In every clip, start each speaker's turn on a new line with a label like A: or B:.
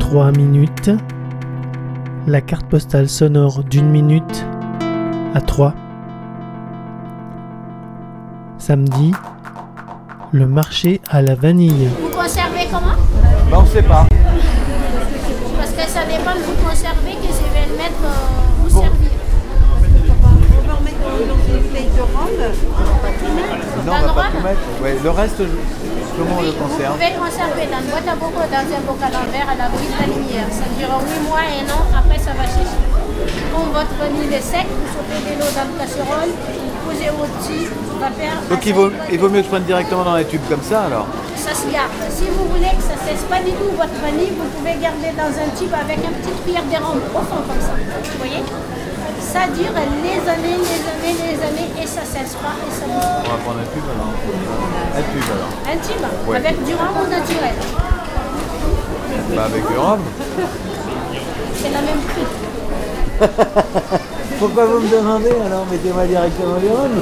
A: 3 minutes, la carte postale sonore d'une minute à 3. Samedi, le marché à la vanille.
B: Vous conservez comment
C: Ben, on sait pas.
B: Parce que ça dépend de vous conserver que je vais le mettre euh, où servir.
D: On va en mettre dans dans une feuille de ronde.
C: Non, on va pas
B: Panorama
C: tout mettre. Ouais, le reste, je- comment on le
B: Vous
C: conserve
B: pouvez le conserver dans une boîte à boco, dans un bocal en verre à l'abri de la lumière. Ça durera 8 mois, un an, après ça va sécher. Quand votre vanille est sec, vous sautez de l'eau dans le casserole, vous posez au-dessus, vous va faire.
C: Donc il vaut, il vaut mieux que je prenne directement dans les tubes comme ça alors.
B: Ça se garde. Si vous voulez que ça ne cesse pas du tout votre vanille, vous pouvez garder dans un tube avec un petit cuillère d'érable au fond comme ça. Vous voyez Ça dure les années, les années, les années et ça ne cesse pas et ça bouge.
C: On va prendre un tube alors. Un tube alors.
B: Un tube
C: Ouais.
B: avec du rhum ou naturel.
C: Bah avec du rhum.
B: C'est la même prix.
C: Pourquoi vous me demandez alors Mettez-moi directement du rhum.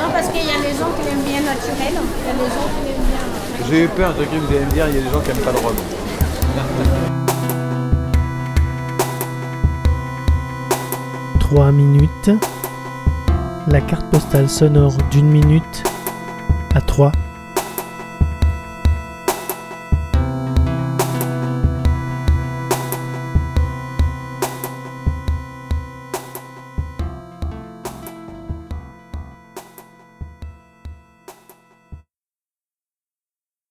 B: Non, parce qu'il y a les gens qui l'aiment bien naturel, il y a les gens qui l'aiment bien.
C: J'ai eu peur, j'ai cru que vous allez me dire, il y a des gens qui aiment pas le rhum.
A: Trois minutes, la carte postale sonore d'une minute à 3.